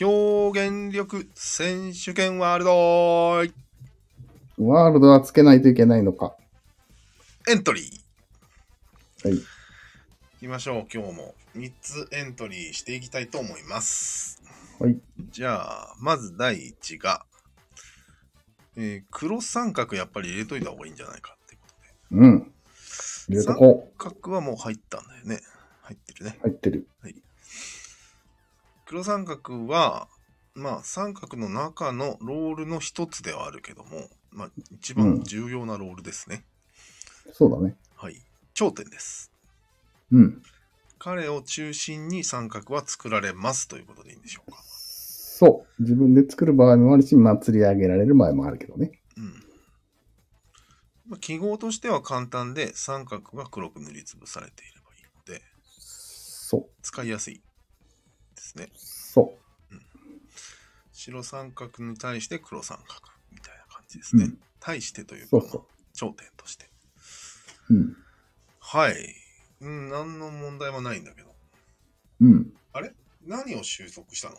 表現力選手権ワールドワールドはつけないといけないのか。エントリーはい。いきましょう今日も3つエントリーしていきたいと思いますはいじゃあまず第1が、えー黒三角やっぱり入れといた方がいいんじゃないかってことでうん。入れとこ角はもう入ったんだよね入ってるねう。入ってる。黒三角はまあ三角の中のロールの一つではあるけども、まあ、一番重要なロールですね、そうだね。はい頂点ですうん。彼を中心に三角は作られますということでいいんでしょうかそう。自分で作る場合もあるし、祭り上げられる場合もあるけどね。うんまあ記号としては簡単で三角が黒く塗りつぶされていればいいのでそう。使いやすいですねそ白三角に対して黒三角みたいな感じですう。ね、うん。対してというかそまうあそ頂点としてう。うん。はい。うん、何の問題もないんだけど。うん。何を収束したの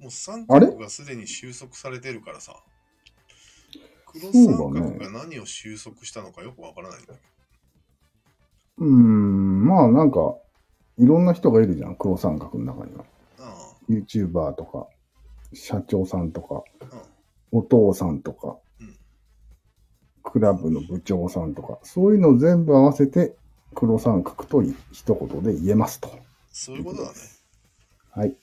もう三あれ角がすでに収束されてるからさ。黒そ三うだね角が何を収束したのかよくわからないんだけうーん。まあなんか、いろんな人がいるじゃん。黒三角の中には。ど。あ YouTuber とか、社長さんとか、あ、ああお父さんとかうん、クラブの部長さんとか、そういうのを全部合わせて、黒三角とい一言で言えますと。そういうことだね。はい。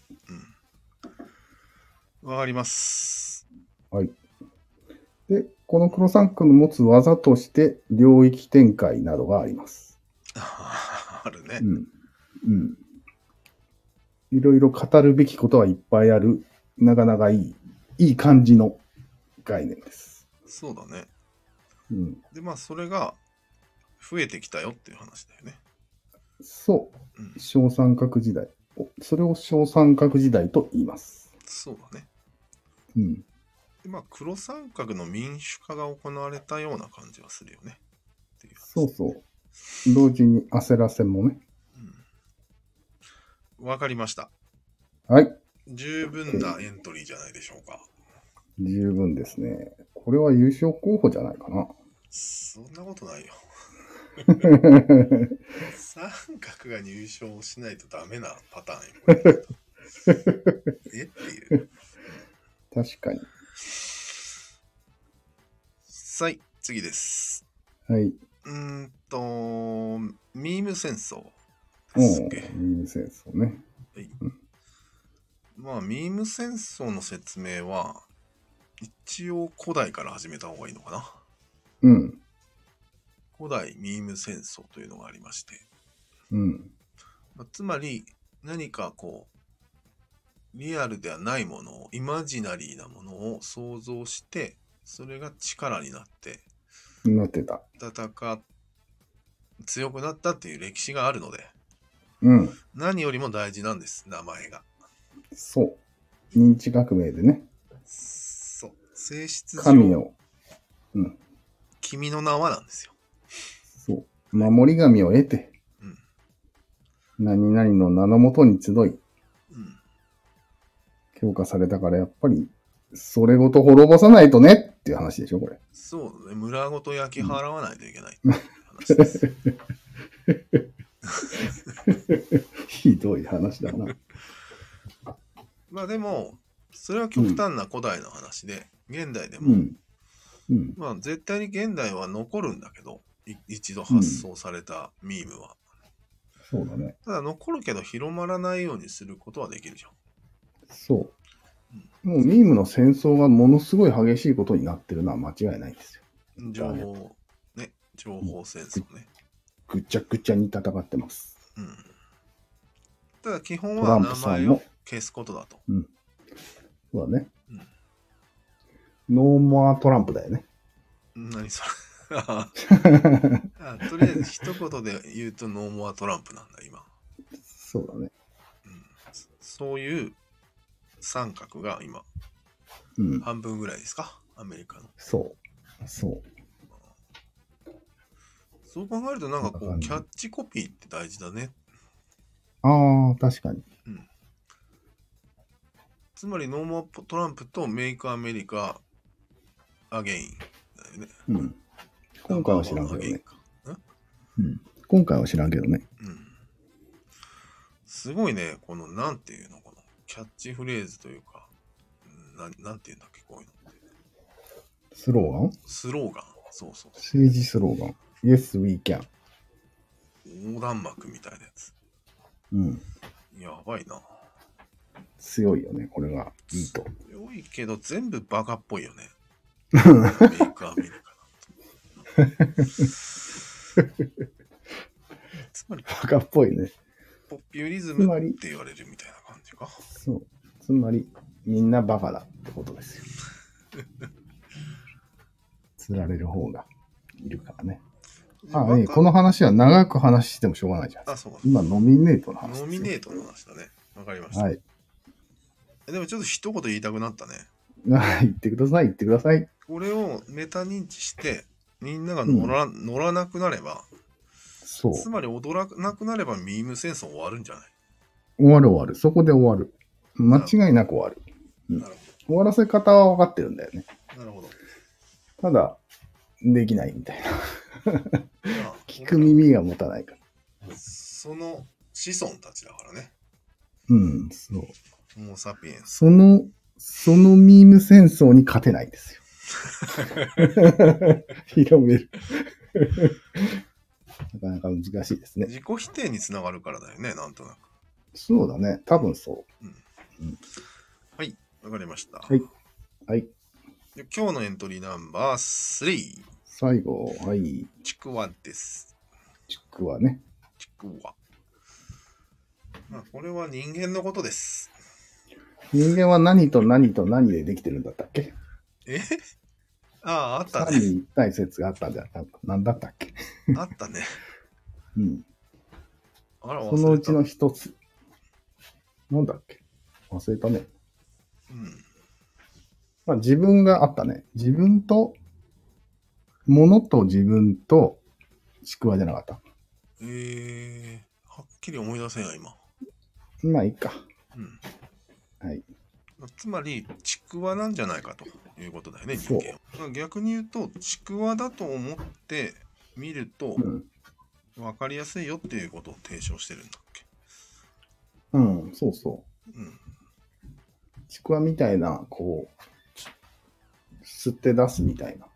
うん。わかります。 で、この黒三角の持つ技として、領域展開などがあります。ああるねう。ん。うん。いろいろ語るべきことはいっぱいある、なかなかいい、いい感じの概念です。そうだね。うん。で、まあ、それが増えてきたよっていう話だよね。そうう。ん、小三角時代。おそれを小三角時代と言います。そうだね。うん。でまあ、黒三角の民主化が行われたような感じはするよね。っていう話そうそう。同時に焦らせもね。うん。わかりました。はい。十分なエントリーじゃないでしょうか。十分ですね。これは優勝候補じゃない かな。そんなことないよ。 う三角が入賞しないとダメなパターンよ。こ れえっていう。ん確かに。はい、次です。はい。うーんと、ミーム戦争おですっうけ。いいセンスをね。まあ、ミーム戦争の説明は、一応古代から始めた方がいいのかな。うん。古代ミーム戦争というのがありまして、うん。まあつまり何かこう、リアルではないものを、イマジナリーなものを想像して、それが力になってなってた。戦っ、強くなったっていう歴史があるので、うん。何よりも大事なんです、名前が。そう。認知革命でね。そう。性質神上、を、うん。君の名はなんですよ。そう。守り神を得て、うん何々の名のもとに集い、うん。強化されたから、やっぱり、それごと滅ぼさないとねっていう話でしょ、これ。そうだね。村ごと焼き払わないといけないっていう話です。 ひどい話だな。 まあでも、それは極端な古代の話で、現代でうも、ん。うん。まあ絶対に現代は残るんだけど、い一度発想されたミームは。そうだね。ただ残るけど広まらないようにすることはできるじゃん。そう。もうミームの戦争がものすごい激しいことになってるのは間違いないですよ。情報、ね、情報戦争ね。ぐちゃぐちゃに戦ってます。うん。ただ基本トラはンプ名さん前もを。消すことだと。そうだねうん。ノーモアトランプだよね。何そ れあとりあえず一言で言うとノーモアトランプなんだ今、そうだね。うん、そそういう三角が今うん。半分ぐらいですかアメリカのそう。そう。そう考えるとなんかそんこなう感じキャッチコピーって大事だねああ、確かに。うんつまりノーマートランプとメイクアメリカアゲインだよね。うん。今回は知らんけどアゲインね。か。うん。今回は知らんけどね。うん。すごいね、このなんていうのこのキャッチフレーズというか、うんなんなんていうんだっけ、こういうのって。スローガンスローガン。そうそうそ政治スローガン。Yes, we can. う。横断幕みたいなやつ。うん。やばいな。強いよね、これが。いいと。良いけど全部バカっぽいよね。メイクアメリカなん てつまりバカっぽいね。ポピュリズムって言われるみたいな感じか。そう。つまり、みんなバカだってことですよ。 釣られる方がいるからね。あ、ええこの話は長く話してもしょうがないじゃん。あ、そうか。今、ノミネートの話ですよ。ノミネートの話だね。わかりました、はい。 えでもちょっと一言言いたくなったね。はい言ってください、言ってください。これをメタ認知して、みんなが乗ら,、乗らなくなれば、そう。つまり踊らなくなればミーム戦争終わるんじゃない、終わる終わる。そこで終わる。間違いなく終わる。うんなる終わらせ方は分かってるんだよね。ほど。なるほど。ただ、できないみたいな。じゃあ聞く耳が持たないから。その子孫たちだからね。うん、そう。もうサピエンス。その、そのミーム戦争に勝てないんです よ。広める。なかなか難しいですね。自己否定につながるからだよね、なんとなく。そうだね。多分そはい、わかりました。はいいう。はい。で今日のエントリーナンバー3、最後、はい。ちくわです。チックはね。ちくわ。まあ、これは人間のことです。人間は何と何と何でできてるんだったっけえああ、あった三ね。位一体説があったんじゃな何だったっけあったね。うん。あら、忘れそたのうちの一つ。なんだっけ忘れたね。うん。まあ、自分があったね。自分と、ものと自分と、ちくわじゃなかった。えー、はっきり思い出せんや、今。まあ、いいか。うん。はい。つまり、ちくわなんじゃないかということだよね、人そう間は。だから逆に言うと、ちくわだと思って見るとうん。分かりやすいよっていうことを提唱してるんだっけ。うん、そうそうん。う。ちくわみたいな、こう、吸って出すみたいな。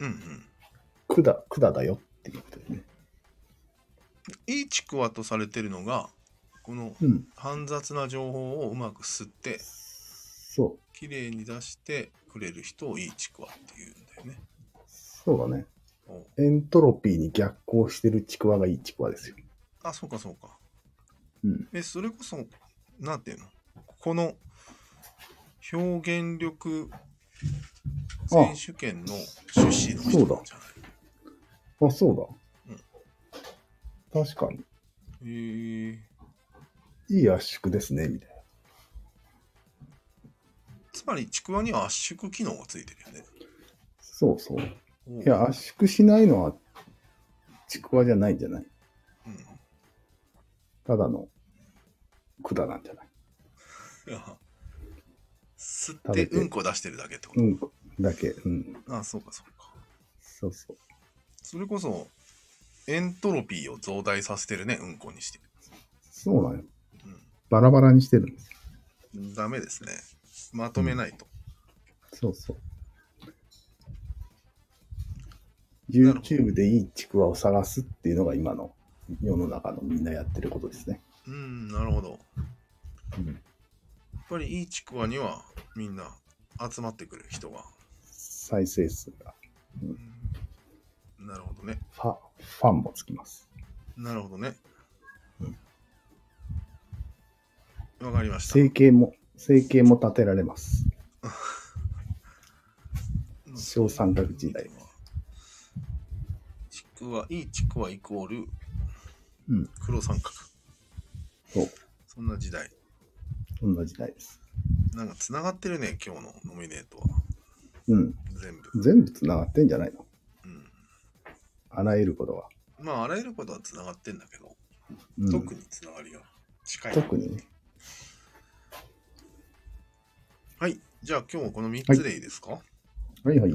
うんうん。管、管だよっていうことでね。いいちくわとされてるのが、このうん。煩雑な情報をうまく吸って、そ綺麗に出してくれる人をいいちくわっていうんだよね。う。そうだね。おうエントロピーに逆行してるちくわがいいちくわですよ。あ、そうかそうか。うん。え、それこそ、なんていうのこの表現力選手権の趣旨の人なんじゃないあ、そうだ。確かに。へーいい圧縮ですね、みたいな。つまり、ちくわには圧縮機能がついてるよね。そうそう。おうい、や、圧縮しないのは、ちくわじゃないんじゃないうん、ただの管なんじゃないいや吸ってうんこ出してるだけってこうと、ん、だけ。うん。あそうかそうか。そうそう。それこそ、エントロピーを増大させてるね、うんこにして。そうなのよ。バラバラにしてるんです。うん、ダメですね。まとめないと。そうそう。YouTube でいいちくわを探すっていうのが今の世の中のみんなやってることですね。うん、なるほど。うん、やっぱりいいちくわにはみんな集まってくる人が。再生数がうんなるほどね。ファ、ファンもつきます。なるほどねうん。わかりました。整形も、整形も立てられます。小三角地帯。ちくわ、いいちくわイコールうん、黒三角。そう。そんな時代。そんな時代です。なんかつながってるね、今日のノミネートは。うん。全部。全部つながってんじゃないのうん、あらゆることは。まあ、あらゆることはつながってんだけど、うん特につながりが近い。特にね。じゃあ今日もこの3つでいいですか、はいはい。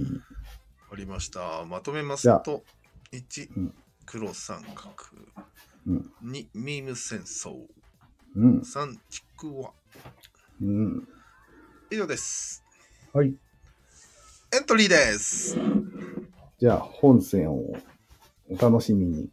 ありました。まとめますじゃあと、う1ん、黒三角。うん2、ミーム戦争。うん。 3、ちくわ。うん。以上です。はい。エントリーです。じゃあ、本戦をお楽しみに。